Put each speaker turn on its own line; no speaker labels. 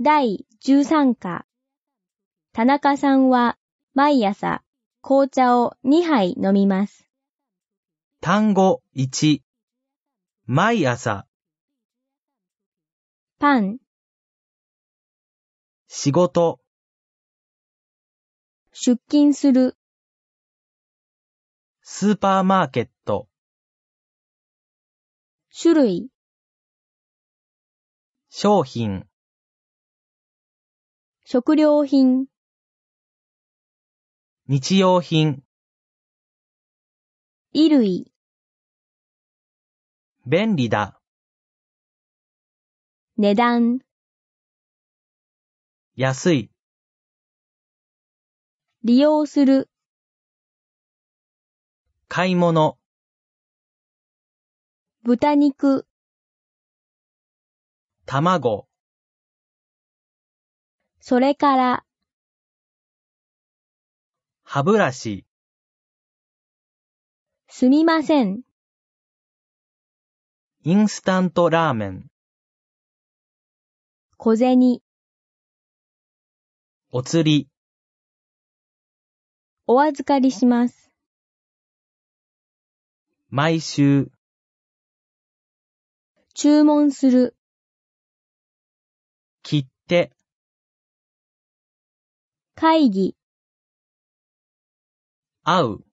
第13課。田中さんは毎朝紅茶を2杯飲みます。
単語1、毎朝、
パン、
仕事、
出勤する、
スーパーマーケット、
種類、
商品、
食料品、
日用品、
衣類、
便利だ、
値段、
安い、
利用する、
買い物、
豚肉、
卵、
それから、
歯ブラシ、
すみません、
インスタントラーメン、
小銭、
お釣り、
お預かりします。
毎週、
注文する、
切手、
会議、
会う、